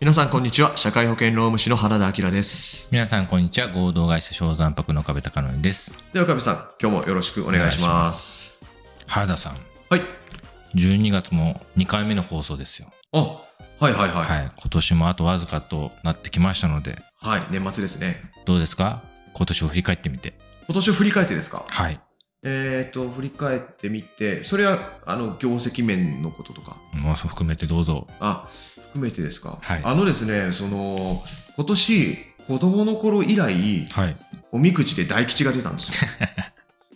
皆さんこんにちは社会保険労務士の原田明です皆さん、こんにちは。合同会社正山泊の壁高典です。では岡部さん今日もよろしくお願いします原田さん、はい12月も2回目の放送ですよ。あはいはいはいは、はいい。今年もあとわずかとなってきましたので、年末ですねどうですか今年を振り返ってみて。今年を振り返ってですかはい。えっ、ー、と振り返ってみてそれはあの業績面のこととかもうそう含めてどうぞ。あ含めてですか、はいあのですねその今年子供の頃以来はい。おみくじで大吉が出たんですよ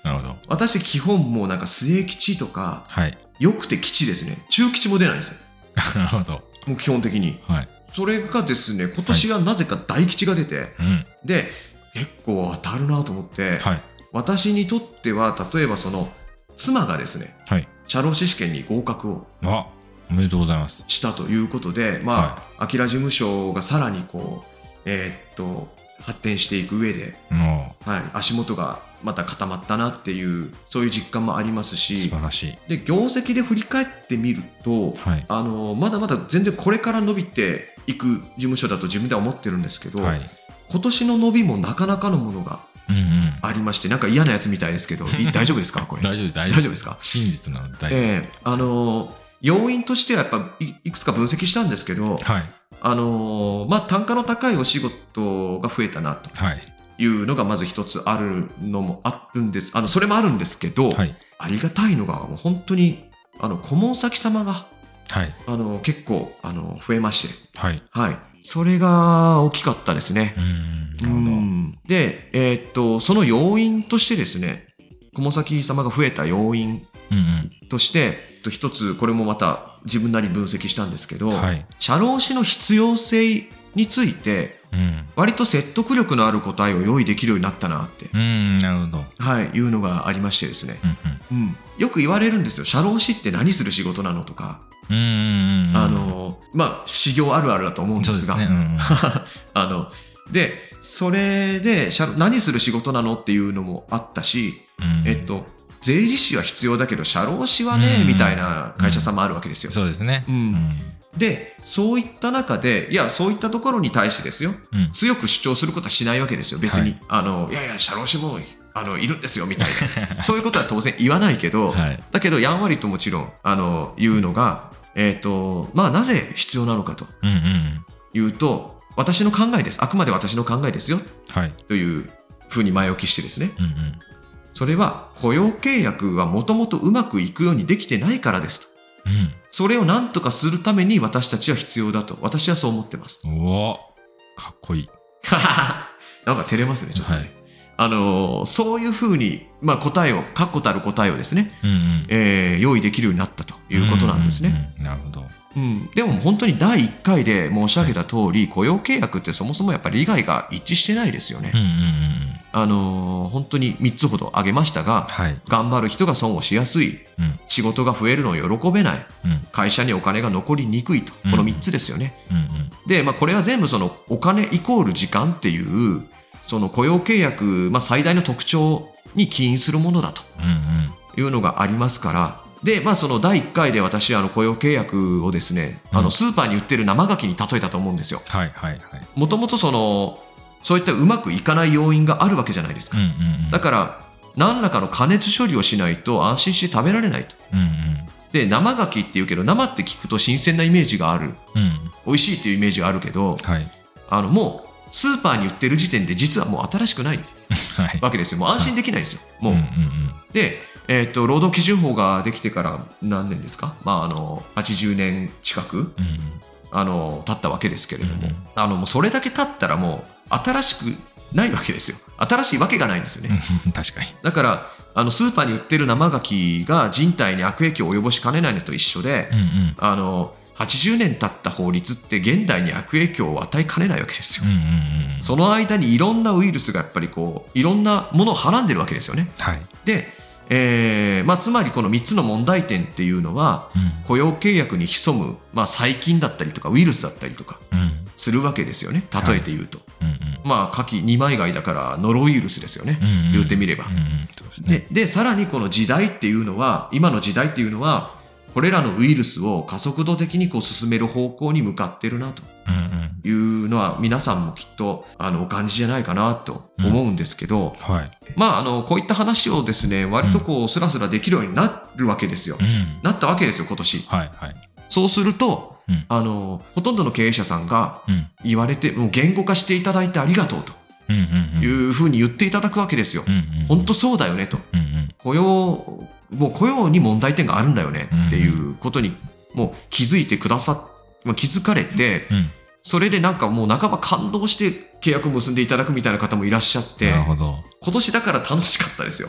なるほど。私基本もうなんか末吉とかはい。よくて吉ですね中吉も出ないんですよ なるほど。もう基本的にはい。それがですね今年はなぜか大吉が出て、うん。で結構当たるなと思って、はい。私にとっては例えばその妻がですねはい。社労士試験に合格をあ、おめでとうございます。したということでまあ、アキラ事務所がさらにこうえーっと発展していく上で、もはい、足元がまた固まったなっていうそういう実感もありますう、素し晴らしい。で業績で振り返ってみるとはい。あのまだまだ全然これから伸びていく事務所だと自分では思ってるんですけど、はい。今年の伸びもなかなかのものがうんうん。ありましてなんか嫌なやつみたい ですけどい大丈夫ですかこれ大丈夫です。大大丈夫ですか真実なので大丈夫。ええあのー要因としてはやっぱいいくつか分析したんですけど、はい。あのーまあ、単価の高いお仕事が増えたなとはい。いうのがまず一つあるのもあるんですあのそれもあるんですけど、はい。ありがたいのがもう本当にあの顧問先様が、はい。あの結構、あの増えまして、はい。はい、それが大きかったですね。うん。なうるほど。んで、えーっと、その要因としてですね、雲崎様が増えた要因うんうん。として、えっと一つ、これもまた自分なりに分析したんですけど、はい。社労士の必要性について、うん。割と説得力のある答えを用意できるようになったなって、うん、なるほど。はい、いうのがありましてですね、うんうん、よく言われるんですよ、社労士って何する仕事なのとか、うん。うんうんうん。あ、の、まあ、修行あるあるだと思うんでそうですすが、ね。うんうんあの、で、それで、社何する仕事なのっていうのもあったし、う んえっと、税理士は必要だけど、社労士はね、うんみたいな会社さんもあるわけですよ。そうですね。うんで、そういった中で、いや、そういったところに対してですよ、うん。うん強く主張することはしないわけですよ、別に。はあの、いやいや、社労士も、あの、いるんですよ、みたいな。そういうことは当然言わないけど、はい。だけど、やんわりともちろん、あの、言うのが、えっと、まあ、なぜ必要なのかと。うんうん。言うと、私の考えです。あくまで私の考えですよ。はい。というふうに前置きしてですね。うんうん。それは雇用契約はもともとうまくいくようにできてないからですと。それを何とかするために私たちは必要だと。私はそう思ってます。 うん。うおかっこいい。なんか照れますね、ちょっと。はい。あのーそういうふうに、まあ、答えを、確固たる答えをですね、うんうん。えー用意できるようになったということなんですね。うんうんうん。なるほど。うん、でも本当に第1回で申し上げた通り、雇用契約ってそもそもやっぱり利害が一致してないですよね。うんうんうん。あのー本当に3つほど挙げましたが、はい。頑張る人が損をしやすい、うん仕事が増えるのを喜べない、うん会社にお金が残りにくいと、うんこの3つですよね。うんで、まあ、これは全部そのお金イコール時間っていう、その雇用契約、まあ、最大の特徴に起因するものだとうん。うんうん。いうのがありますから、で、まあ、その第1回で私、あの雇用契約をですね、あうのんスーパーに売ってる生牡蠣に例えたと思うんですよ。はいはいはい。もともとその、そういったうまくいかない要因があるわけじゃないですかうん。うんうん。だから、何らかの加熱処理をしないと安心して食べられないと。うんで、生牡蠣っていうけど、生って聞くと新鮮なイメージがある。うん。うん。美味しいっていうイメージがあるけど、はい。あの、もう、スーパーに売ってる時点で実はもう新しくないはい。わけですよ。もう安心できないですよ。もう。うんうんうん。で、えっ、と、労働基準法ができてから何年ですかまあ、あの、80年近く、うんあの、経ったわけですけれども、うんあの、もうそれだけ経ったらもう、新しくないわけですよ。新しいわけがないんですよね。うん。確かに。だからあのスーパーに売ってる生ガキが人体に悪影響を及ぼしかねないのと一緒で、うんうん。あの80年経った法律って現代に悪影響を与えかねないわけですよ、うんうんうん。その間にいろんなウイルスがやっぱりこういろんなものをはらんでるわけですよねはい。で、えーまあ、つまりこの3つの問題点っていうのはうん雇用契約に潜む、まあ、細菌だったりとかウイルスだったりとかうんするわけですよね例えて言うと、うんまあカキ二枚貝だからノロウイルスですよね、うん。うん。言ってみればうんうん。そうですね。ででさらにこの時代っていうのは今の時代っていうのはこれらのウイルスを加速度的にこう進める方向に向かってるなとうんうんいうのは皆さんもきっとあのお感じじゃないかなと思うんですけど、はい。まああのこういった話をですね割とこうスラスラできるようになるわけですよ、うん。なったわけですよ今年はいはい。そうすると、うんあのほとんどの経営者さんがうん。言われてもう言語化していただいてありがとうとうんうんうん。いうふうに言っていただくわけですよ、うんうんうん。本当そうだよねとうんうん。雇用もう雇用に問題点があるんだよねっていうことにもう気づいてくださまあ気づかれて、うんそれでなんかもう半ば感動して契約を結んでいただくみたいな方もいらっしゃってなるほど。今年だから楽しかった ですよ。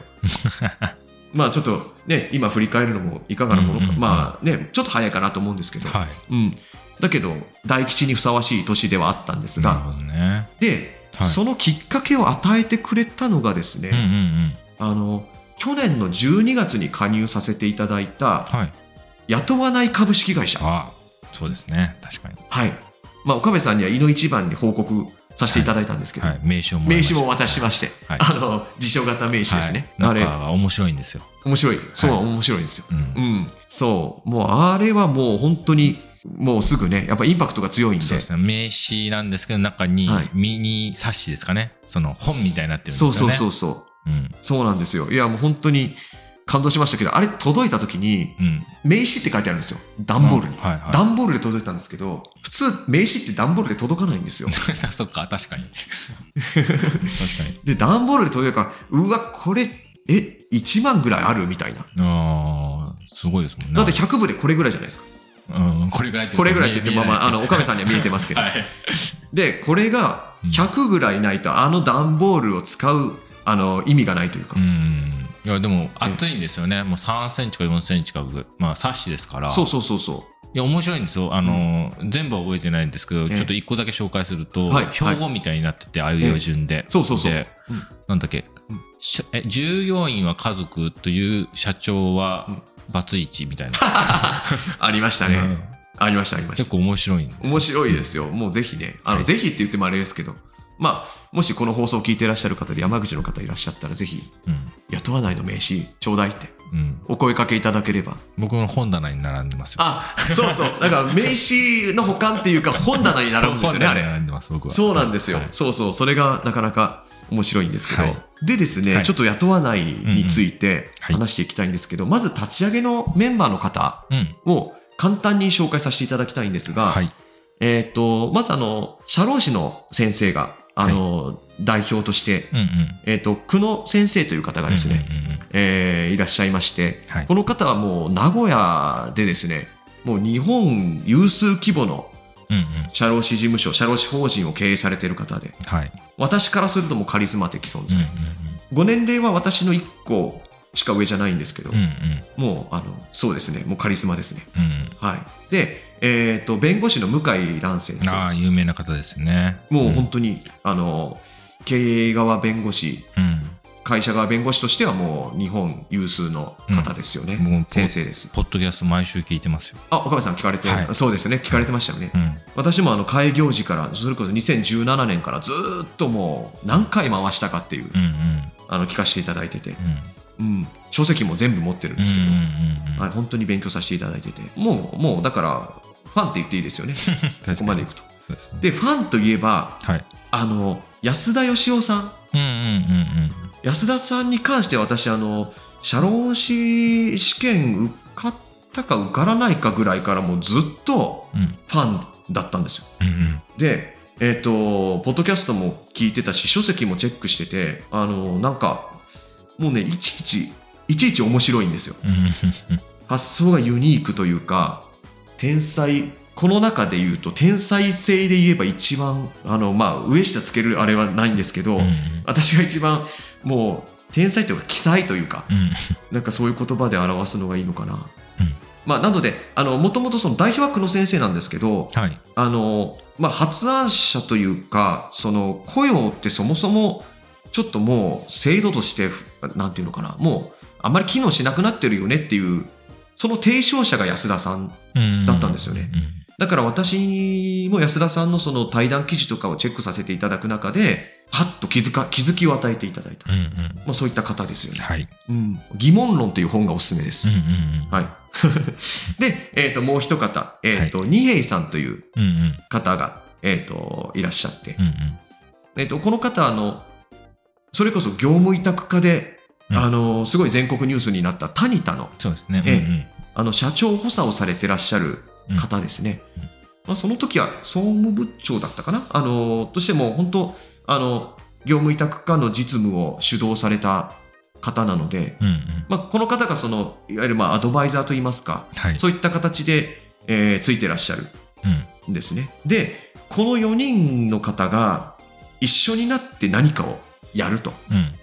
まあちょっとね今振り返るのもいかがなものか、うんうんうんまあねちょっと早いかなと思うんですけど、はうん、だけど大吉にふさわしい年ではあったんですい。なるがほどね。で、はいそのきっかけを与えてくれたのがですね、うんうんうん。あの去年の12月に加入させていただいたはい。雇わない株式会社、あそうですね。確かに。はいまあ、岡部さんには井の一番に報告させていただいたんですけど、はい。名刺をもら名いました刺も渡しまして、はいあの自称型名刺ですね、はい、なんあか面白いんですよ。れ面白いそう、はい面白いんですよ、うん。うん、そうもうあれはもう本当にもうすぐねやっぱインパクトが強いんでそうですね。名刺なんですけど、中にはいミニ冊子ですかね。その本みたいになってるんですそようね。。そうそううそううん。そうなんですよいやもう本当に感動しましたけどあれ届いた時にうん。名刺って書いてあるんですよ段ボールに、はいはい。段ボールで届いたんですけど普通名刺って段ボールで届かないんですよ そっか、確かに。確かに。で段ボールで届いたからうわこれえ1万ぐらいあるみたいなああ、すごいですもんね。だって100部でこれぐらいじゃないですかうん、これぐらいってこれぐらいって言ってまあまああのお岡部さん には見えてますけど、でこれが100ぐらいないとあの段ボールを使うあの意味がないというか、うん。いや、でも、熱いんですよね。もう3センチか4センチかぐ、まあ、サッシですから。そうそうそうそいや、面白いんですよ。あの、全部は覚えてないんですけど、ええちょっと一個だけ紹介すると、はい標語みたいになってて、ああいう順順で。そうそうそうでうんなんだっけうん。しえ、従業員は家族という社長は、バツイチみたいな。うありましたね、うんありましたありまし結た構面白いんですよ面白いですよもうぜひねあの、はいぜひって言ってもあれですけどまあもしこの放送を聞いてらっしゃる方で山口の方いらっしゃったらぜひうん。雇わないの名刺ちょうだいってうん。お声かけいただければ僕の本棚に並んでますよ。あそうそうだから名刺の保管っていうか 本棚に並ぶんですよねあ本棚れに並んでます、僕は。そうなんですよ、はいそうそうそれがなかなか面白いんですけど、はいでですね、はいちょっと雇わないについてうんうん話していきたいんですけど、まず立ち上げのメンバーの方うん。を簡単に紹介させていただきたいんですが、はい。えっ、と、まずあの、社労士の先生が、あの、代表として、うんうん。えっ、と、久野先生という方がですね、うんうんうんうん。えーいらっしゃいまして、はいこの方はもう名古屋でですね、もう日本有数規模のうんうん。社労士事務所、社労士法人を経営されている方で、はい。私からするともうカリスマ的存うん在。ご年齢は私の1個しか上じゃないんですけど、うんうん。もう、あの、そうですね、もうカリスマですね。うんうん。はい。で、えっ、と、弁護士の向井蘭先生ですああ、有名な方ですよね。もうほ本当に、あの経営側弁護士うん。会社側弁護士としてはもう日本有数の方ですよね、うんもう先生ですポッドキャスト毎週聞いてますよ。あ岡部さん聞かれて、はいそうですね聞かれてましたよね、うん。私もあの開業時からそれこそ2017年からずーっともう何回回したかっていう、うんうん。あの聞かせていただいてて、うん。うん、書籍も全部持ってるんですけど、うんうんうんうはん。い、本当に勉強させていただいててもうもうだからファンって言っていいですよ ねこ確かにこまでいくとそうですね。でファンといえばはい。あの安田義雄さんうんうんうん安田さんに関して私あの社労士試験受かったか受からないかぐらいからもうずっとうん。うん。ファンだったんですようんうん。でえっ、とポッドキャストも聞いてたし書籍もチェックしててあのなんかもうねいちいちいちいち面白いんですようんうんうん発想がユニークというか天才この中で言うと天才性で言えば一番あのまあ上下つけるあれはないんですけど、うん私が一番もう天才というか奇才というかうん。なんかそういう言葉で表すのがいいのかな、うんまあなのであのもともとその代表は久野先生なんですけどはい。あのまあ発案者というかその雇用ってそもそもちょっともう制度としてふなんていうのかなもうあんまり機能しなくなってるよねっていうその提唱者が安田さんううだったんですよね。だから私も安田さんのその対談記事とかをチェックさせていただく中ではっと気づか気づきを与えていただいたうんうん。まあ、そういった方ですよね。はい。うん、疑問論という本がおすすめでうす。んうんうん。はい。 で、えっ、と、もう一方、えっ、と、二平さんといううんうん。方が、えっ、と、いらっしゃって。うんえっ、と、この方、あの、それこそ業務委託課で、うんあの、すごい全国ニュースになったタニタの、そうですね。ええうんあの、社長補佐をされてらっしゃるうんうん方ですね。うんまあ、その時は総務部長だったかなあの、としても、本当あの、業務委託課の実務を主導された方なので、うんうん。まあ、この方がその、いわゆるまあアドバイザーといいますか、はい。そういった形で、えーついてらっしゃるうんんですね。で、この4人の方が一緒になって何かをやるとうんうん。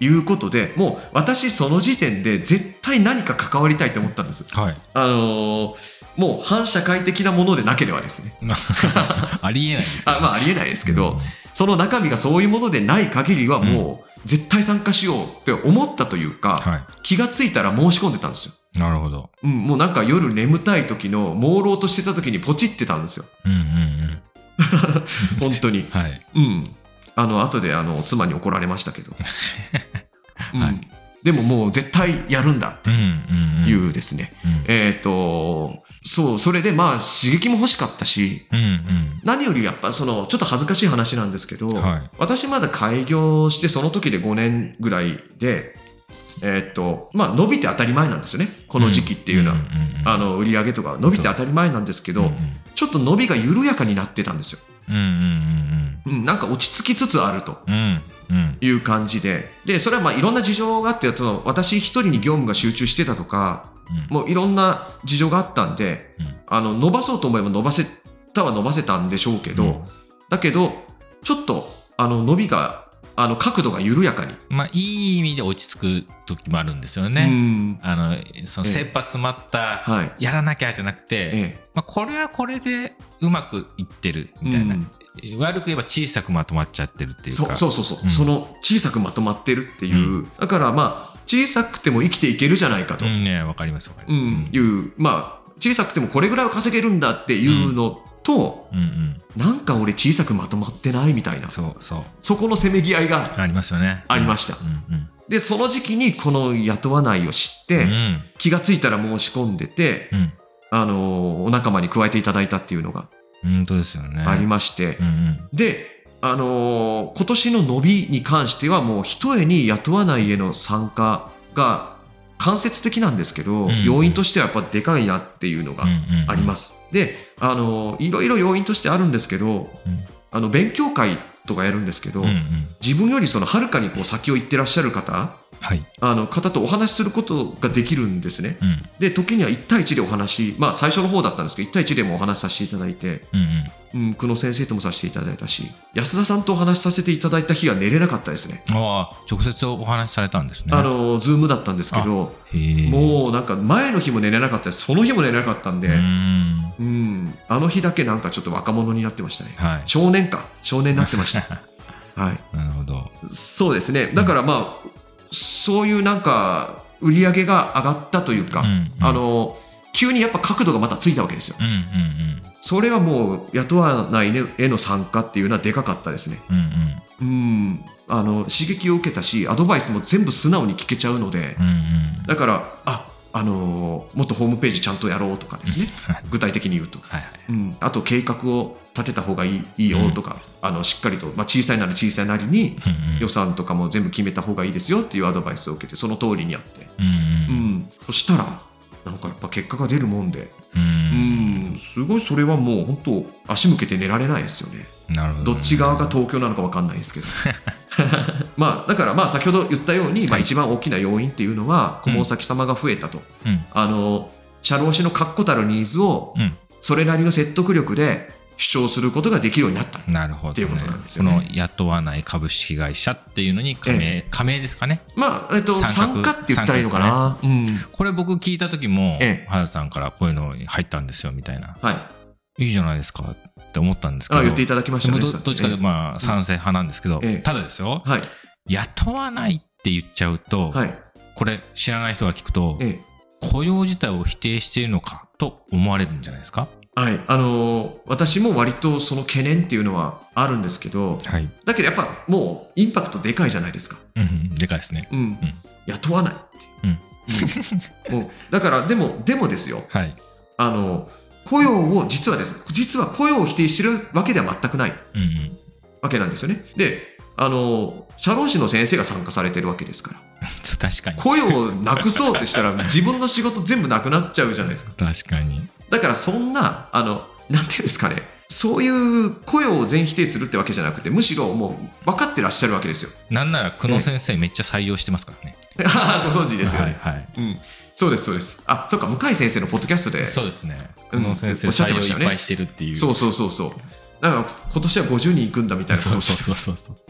いうことで、もう私その時点で絶対何か関わりたいと思ったんです。はい。あのーもう反社会的なものでなければです ね。ま あありえないですけどあまあありえないですけど、その中身がそういうものでない限りはもう絶対参加しようって思ったというか、は気がついたら申し込んでたんですよ。い。なるほど。うん、もうなんか夜眠たい時の朦朧としてた時にポチってたんですよ。うんうんうん。本当に。はい。うん。あの、後で、あの、妻に怒られましたけ ど。うんはいでももう絶対やるんだうんうんうん。いうん。うですね。えっ、と、そう、それでまあ刺激も欲しかったし、うん何よりやっぱその、ちょっと恥ずかしい話なんですけど、うん。はい。私まだ開業してその時で5年ぐらいで、えっ、と、まあ伸びて当たり前なんですよね。この時期っていうのは。んんんうんあの売り上げとか伸びて当たり前なんですけど、うんちょっと伸びが緩やかになってたんですよ。うんうんうん、なんか落ち着きつつあるとうんうんうんうんいう感じで、で、それはまあいろんな事情があって、その私一人に業務が集中してたとか、うんもういろんな事情があったんで、うんあの、伸ばそうと思えば伸ばせたは伸ばせたんでしょうけど、だけど、ちょっと、あの、伸びが、あの、角度が緩やかに。まあいい意味で落ち着く時もあるんですようね。ん。あのそのええ切羽詰まったはい。やらなきゃじゃなくて、えまあこれはこれでうまくいってるみたいなうん。悪く言えば小さくまとまっちゃってるっていうそか。うそうそうそう、うんその小さくまとまってるっていう、だからまあ小さくても生きていけるじゃないかと、うんねわかりますわかうります。んいうまあ小さくてもこれぐらいは稼げるんだっていうのと、うんうんなんか俺小さくまとまってないみたいなそそうそうこのせめぎ合いがありますよね。ありました、うんうんでその時期にこの雇わないを知って、うん気がついたら申し込んでて、うんあのーお仲間に加えていただいたっていうのが本当ですよね。ありまして、うんうんで、あのー今年の伸びに関してはもう一重に雇わないへの参加が間接的なんですけど、うん要因としてはやっぱでかいなっていうのがうんうんあります。で、あのーいろいろ要因としてあるんですけど、うんあの勉強会とかやるんですけど、うんうん自分よりそのはるかにこう先を行ってらっしゃる方はい。あの方とお話しすることができるんですね。うんで時には1対1でお話まあ最初の方だったんですけど1対1でもお話しさせていただいて、うんうんうん、久野先生ともさせていただいたし安田さんとお話しさせていただいた日は寝れなかったですね、ああ直接お話しされたんですね。あのズームだったんですけどへえもうなんか前の日も寝れなかったですその日も寝れなかったんで、うーうんんあの日だけなんかちょっと若者になってましたねはい。少年か少年になってました はいなるほど。そうですねだからまあそういうなんか売り上げが上がったというか、うんうんあの急にやっぱ角度がまたついたわけですようんうんそれはもう雇わないへの参加っていうのはでかかったですねうんうんうんうん、あの刺激を受けたしアドバイスも全部素直に聞けちゃうのでうんだからああのーもっとホームページちゃんとやろうとかですね具体的に言うと、はいはい。うん、あと計画を立てた方がいいいいよとか、あのしっかりと、まあ、小さいなら小さいなりにうん予算とかも全部決めた方がいいですよっていうアドバイスを受けてその通りにやって、うんううんん、そしたらなんかやっぱ結果が出るもんで、ううんん、すごいそれはもう本当足向けて寝られないですよね。うんなるほどどね。っち側が東京なのか分かんないです けどまあだからまあ先ほど言ったように、まあ、一番大きな要因っていうのは小うん門先様が増えたと、うんあの社労士の確固たるニーズをうんそれなりの説得力で主張することができるようになった、なるほどね。っていうことなんですよねこの雇わない株式会社っていうのに加え盟加盟ですかね。まあ、えっと、参参画加って言ったらいいのかな、うんこれ僕聞いた時もええ、原田さんからこういうのに入ったんですよみたいな。はいいいじゃないですかって思ったんですけど。あ言っていただきましたでねもどさっきどっちかというとまあ賛成派なんですけど、ええただですよ、はい雇わないって言っちゃうと、はいこれ知らない人が聞くと、ええ雇用自体を否定しているのかと思われるんじゃないですかはいあのー私も割とその懸念っていうのはあるんですけどはい。だけどやっぱもうインパクトでかいじゃないですかうん、でかいですね。うん雇わないって、うんもうだからでもでもですよはい。あの雇用を、実はです、実は雇用を否定してるわけでは全くないうんうん。わけなんですよね。で、あの、社労士の先生が参加されてるわけですから。確かに。雇用をなくそうってしたら、自分の仕事全部なくなっちゃうじゃないですか。確かに。だからそんな、あの、なんていうんですかね、そういう雇用を全否定するってわけじゃなくて、むしろもう分かってらっしゃるわけですよ。 なんなら、久野先生めっちゃ採用してますからね。あーご存知ですよね。はい、はい。うん。そうです、そうです。あ、そっか、向井先生のポッドキャストで。そうですね。う久ん野先生おっしゃっ採て用ましたよいねっぱいしてるっていう。そうそうそうそう。だから今年は50人いくんだみたいなこそとうをそしてうそうそうそ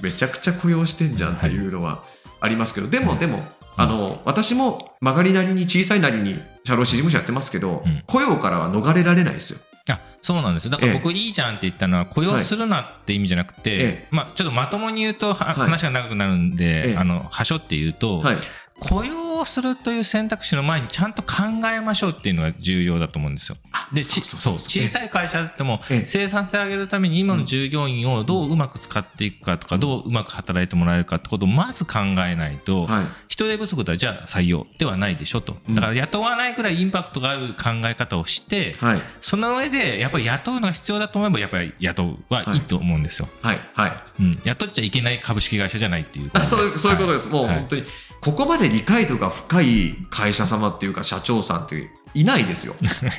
う。めちゃくちゃ雇用してんじゃんっていうのはありますけど、でもでも、あの、私も曲がりなりに小さいなりに社労士事務所やってますけど、うん雇用からは逃れられないですよ。あそうなんですよだからええ僕いいじゃんって言ったのは雇用するなって意味じゃなくて、ええまあ、ちょっとまともに言うとははい話が長くなるんえで、えあのはしょって言うと、はい。雇用をするという選択肢の前にちゃんと考えましょうっていうのが重要だと思うんですよ。でちそうそうそうそう小さい会社だってもええ生産性上げるために今の従業員をどううまく使っていくかとかどううまく働いてもらえるかってことをまず考えないとはい。人手不足だじゃあ採用ではないでしょとうんだから雇わないくらいインパクトがある考え方をしてはい。その上で、やっぱり雇うのが必要だと思えば、やっぱり雇うはいいと思うんですよ。はい。はい。うん、雇っちゃいけない株式会社じゃないっていうことあで。そういうそういうことはです。もうはい本当に、ここまで理解度が深い会社様っていうか、社長さんっていないです よ。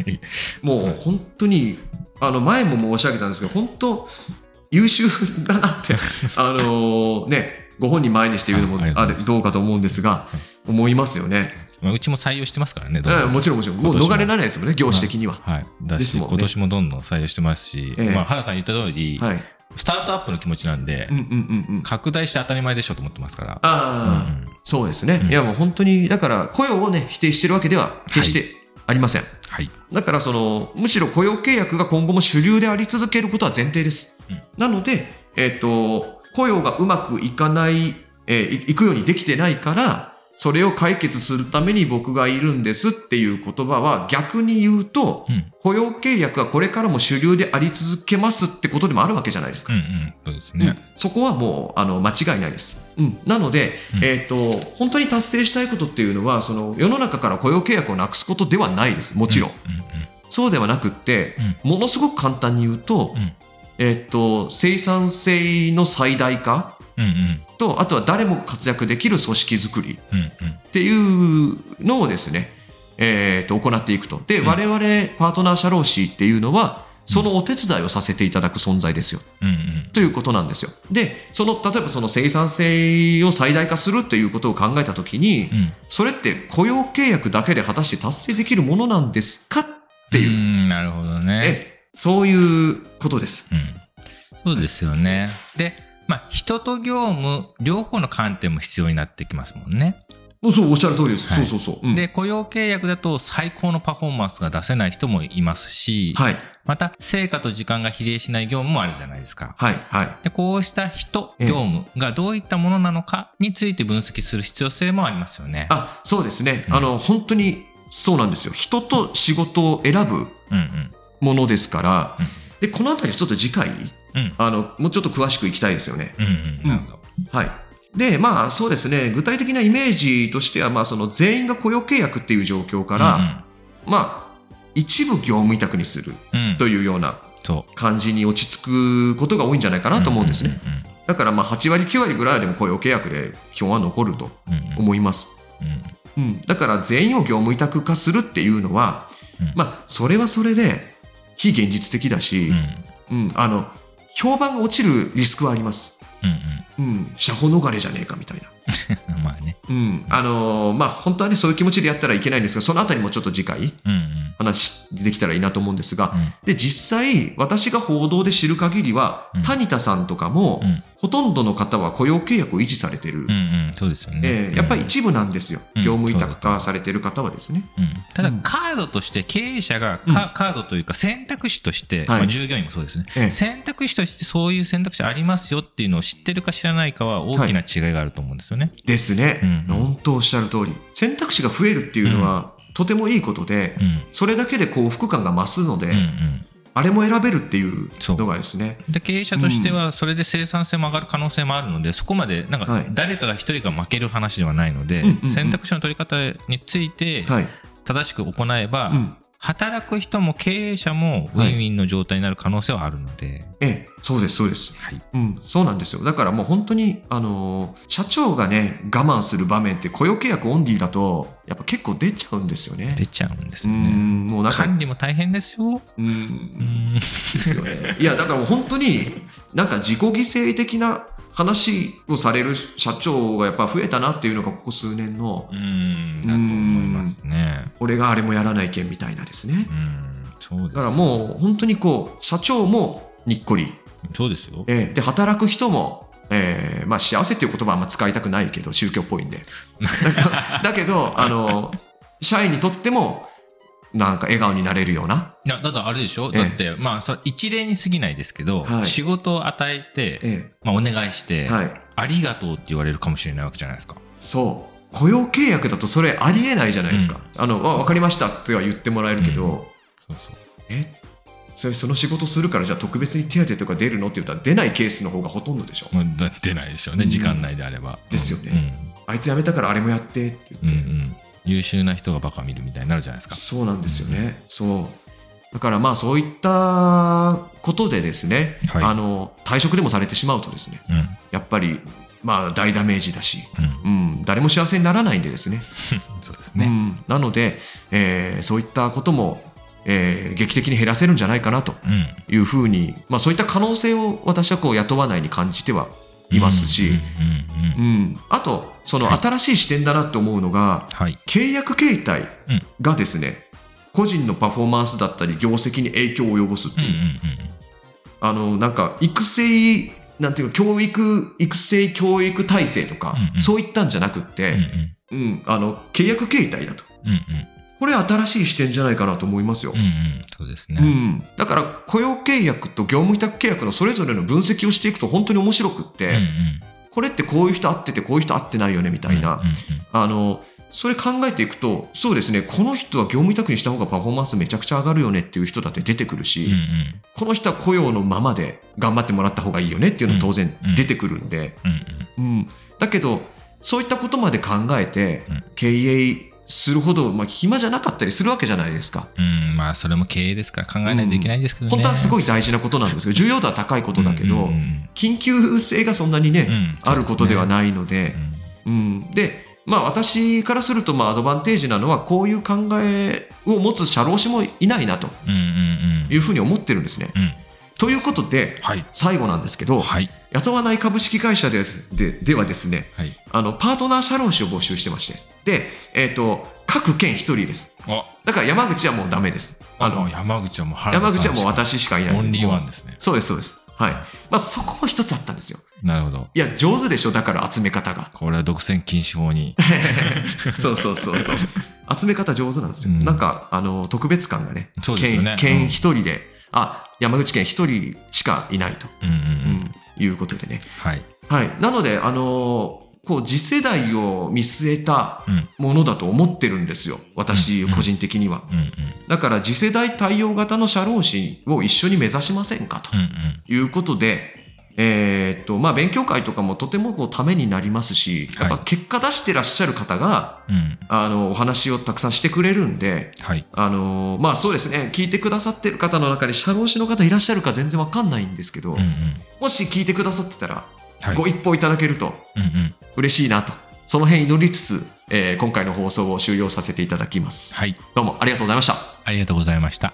い。もう本当に、あの、前も申し上げたんですけど、本当、優秀だな って、あのね、ご本人前にして言うのもはいありがとあうございれますどうかと思うんですが、思いますよね。まあ、うちも採用してますからね、どんえどえんもちろんもちろん、もう今年も逃れられないですもんね、業種的には。はい。だですし、もんね今年もどんどん採用してますし、ええまあ、原さん言った通り、はい。スタートアップの気持ちなんでうん、うんうんうん。拡大して当たり前でしょと思ってますから。ああ、うんそうですね。うんいやもう本当に、だから雇用をね、否定してるわけでは決してありません。はい。だからその、むしろ雇用契約が今後も主流であり続けることは前提です。うんなので、えっ、と、雇用がうまくいかない、えーいいくようにできてないから、それを解決するために僕がいるんですっていう言葉は逆に言うと、うん。雇用契約はこれからも主流であり続けますってことでもあるわけじゃないですうか。んうん。そうですうんね。そこはもうあの間違いないです。うん、なので、うんえっ、と、本当に達成したいことっていうのは、その世の中から雇用契約をなくすことではないです。もちろん。うんうんそうではなくって、ものすごく簡単に言うと、うんえっと、生産性の最大化うんうんと、あとは誰も活躍できる組織づくりうんうんっていうのをですね、えっと、行っていくと。で、うん我々パートナー社労士っていうのは、そのお手伝いをさせていただく存在ですよ。うんうんということなんですよ。で、その、例えばその生産性を最大化するということを考えたときに、うん。それって雇用契約だけで果たして達成できるものなんですかっていうう。ん。なるほどね。ええそういうことです。うん、そうですよね。で、まあ、人と業務、両方の観点も必要になってきますもんね。そう、おっしゃる通りです。はいそうそうそう。うんで、雇用契約だと最高のパフォーマンスが出せない人もいますし、はい、また、成果と時間が比例しない業務もあるじゃないですか。はい、はい。で、こうした人、ええ業務がどういったものなのかについて分析する必要性もありますよね。あ、そうですね。うんあの、本当にそうなんですよ。人と仕事を選ぶうんうん。ものですからうん、で、このあたりちょっと次回、うん。あの、もうちょっと詳しくいきたいですよね。うんうん。なるほど。はい。で、まあそうですね。具体的なイメージとしては、まあその全員が雇用契約っていう状況から、まあ、一部業務委託にするうんうん、うん。というようなそ感じに落ち着くことが多いんじゃないかう。なと思うんですね。うだからまあ8割9割ぐらいはでも雇用契約で基本は残るとんうんうん。うん思います。うんうん。うん、だから全員を業務委託化するっていうのは、うんまあそれはそれで非現実的だし、うんうんあの評判が落ちるリスクはあります。うんうん、社法逃れじゃねえかみたいな。うん。 まあね。うん、あのーまあ本当はねそういう気持ちでやったらいけないんですけど、そのあたりもちょっと次回うんうん。話できたらいいなと思うんですが、うんで実際私が報道で知る限りは、うん谷田さんとかも、うんほとんどの方は雇用契約を維持されてる。うんうん、そうですよね。えーやっぱりうん一部なんですよ、うん業務委託化されてる方はですね。うんただうんカードとして経営者がカ,、うんカードというか選択肢として、はいまあ、従業員もそうですね、ええ選択肢としてそういう選択肢ありますよっていうのを知ってるか知らないかは大きな違いがあると思うんですよね。ですね、うん本当おっしゃる通り、選択肢が増えるっていうのは、とてもいいことで、うんそれだけで幸福感が増すので、うんうんあれも選べるっていうそうのがですね、で経営者としてはそれで生産性も上がる可能性もあるのでそこまでなんはかい誰かが一人が負ける話ではないので、うんうんうん選択肢の取り方についてはい正しく行えば、うん働く人も経営者もウィンウィンの状態になる可能性はあるので、ええ、そうです、そうです。はいうん、そうなんですよ。だからもう本当に、あのー社長がね、我慢する場面って雇用契約オンリーだと、やっぱ結構出ちゃうんですよね。出ちゃうんですうよね。ん、もうなんか、管理も大変ですよ。う、うんんですよね。いや、だからもう本当に、なんか自己犠牲的な話をされる社長がやっぱ増えたなっていうのが、ここ数年の、うんだと思いますね。俺があれもやらない件みたいなですねう。ん、そうです。だからもう本当にこう、社長もにっこり、そうですよ。ええで、働く人も、ええまあ幸せっていう言葉はあんま使いたくないけど、宗教っぽいんで。だからだけど、あの、社員にとっても、なんか笑顔になれるような。いや、だってあれでしょ、ええだって、まあ、それ一例に過ぎないですけど、はい仕事を与えて、えまあ、お願いして、えはい。ありがとうって言われるかもしれないわけじゃないですか。そう。雇用契約だとそれありえないじゃないですか。あの、わ、わかりましたっては言ってもらえるけど、そうそう。えそれその仕事するからじゃあ特別に手当とか出るのって言ったら出ないケースの方がほとんどでしょ。まあ、だ出ないですよね、うん時間内であれば。ですよねあいつ辞めたからあれもやってって言っうん。て。うんうん優秀な人がバカ見るみたいになるじゃないですか。そうなんですよね。そう。だからまあそういったことでですね、はいあの退職でもされてしまうとですね、うん。うやっぱりまあ大ダメージだし、うん。ん、誰も幸せにならないんでですね。 そうですうね。ん、なので、えーそういったことも、えー劇的に減らせるんじゃないかなとうん。いうふうに、まあそういった可能性を私はこう雇わないに感じてはいますし、うん。うん。うんう。ん、あと、そのはい新しい視点だなと思うのが、はい。契約形態がですね、個人のパフォーマンスだったり業績に影響を及ぼすってうん。ういんう、。あのなんか育成なんていうか教育育成教育体制とか、うんうんそういったんじゃなくっうん。うん。て、うんあの契約形態だとうん。うん。これ新しい視点じゃないかなと思いますよ、うん。うん。そうですうね。んだから雇用契約と業務委託契約のそれぞれの分析をしていくと本当に面白くっうて、ん。うん。これってこういう人合っててこういう人合ってないよねみたいな、うんうんあの、それ考えていくと、そうですね、この人は業務委託にした方がパフォーマンスめちゃくちゃ上がるよねっていう人だって出てくるし、うん。うんこの人は雇用のままで頑張ってもらった方がいいよねっていうのも当然うん出てくるんで、うん。うん。うんだけど、そういったことまで考えてうん、経営するほど、まあ、暇じゃなかったりするわけじゃないですか。うん、まあそれも経営ですから考えないといけないんですけどね。本当はすいごい大事なことなん ですけど、重要度は高いことだけど、うんうん緊急性がそんなにね、うんうんあることではないので、うんうん、で、まあ、私からするとまあアドバンテージなのはこういう考えを持つ社労士もいないなとうんうんうんいうふうに思ってるんですね。うんということではい最後なんですけどはい雇わない株式会社ですでではですねはいあのパートナー社労士を募集してましてで、えー、と各県1人ですあだから山口はもうダメですああのの山口はもう原田山さん口はもうしか私しかいないオンリーワンもですねうそうですそうですはい、まあ、そこも一つあったんですよなるほどいや上手でしょだから集め方 がこれは独占禁止法にそうそうそうそう。集め方上手なんですよ。うんなんか、あの、特別感がね。そうですよね県、うん県一人で、あ、山口県一人しかいないと、うんうんううんんいうことでね。はいはい。なので、あのーこう、次世代を見据えたうんものだと思ってるんですよ。私、うん個人的には。うんうんだから、次世代対応型の社労士を一緒に目指しませんかとうんいうことで、えーっと、まあ、勉強会とかもとてもこう、ためになりますし、やっぱはい結果出してらっしゃる方が、うんうんあの、お話をたくさんしてくれるんで、はいあのまあそうですね、聞いてくださってる方の中に社労士の方いらっしゃるか全然わかんないんですけど、うんうんもし聞いてくださってたら、はいご一報いただけるとうんうん嬉しいなと、その辺祈りつつ、えー今回の放送を終了させていただきます。はいどうもありがとうございました。ありがとうございました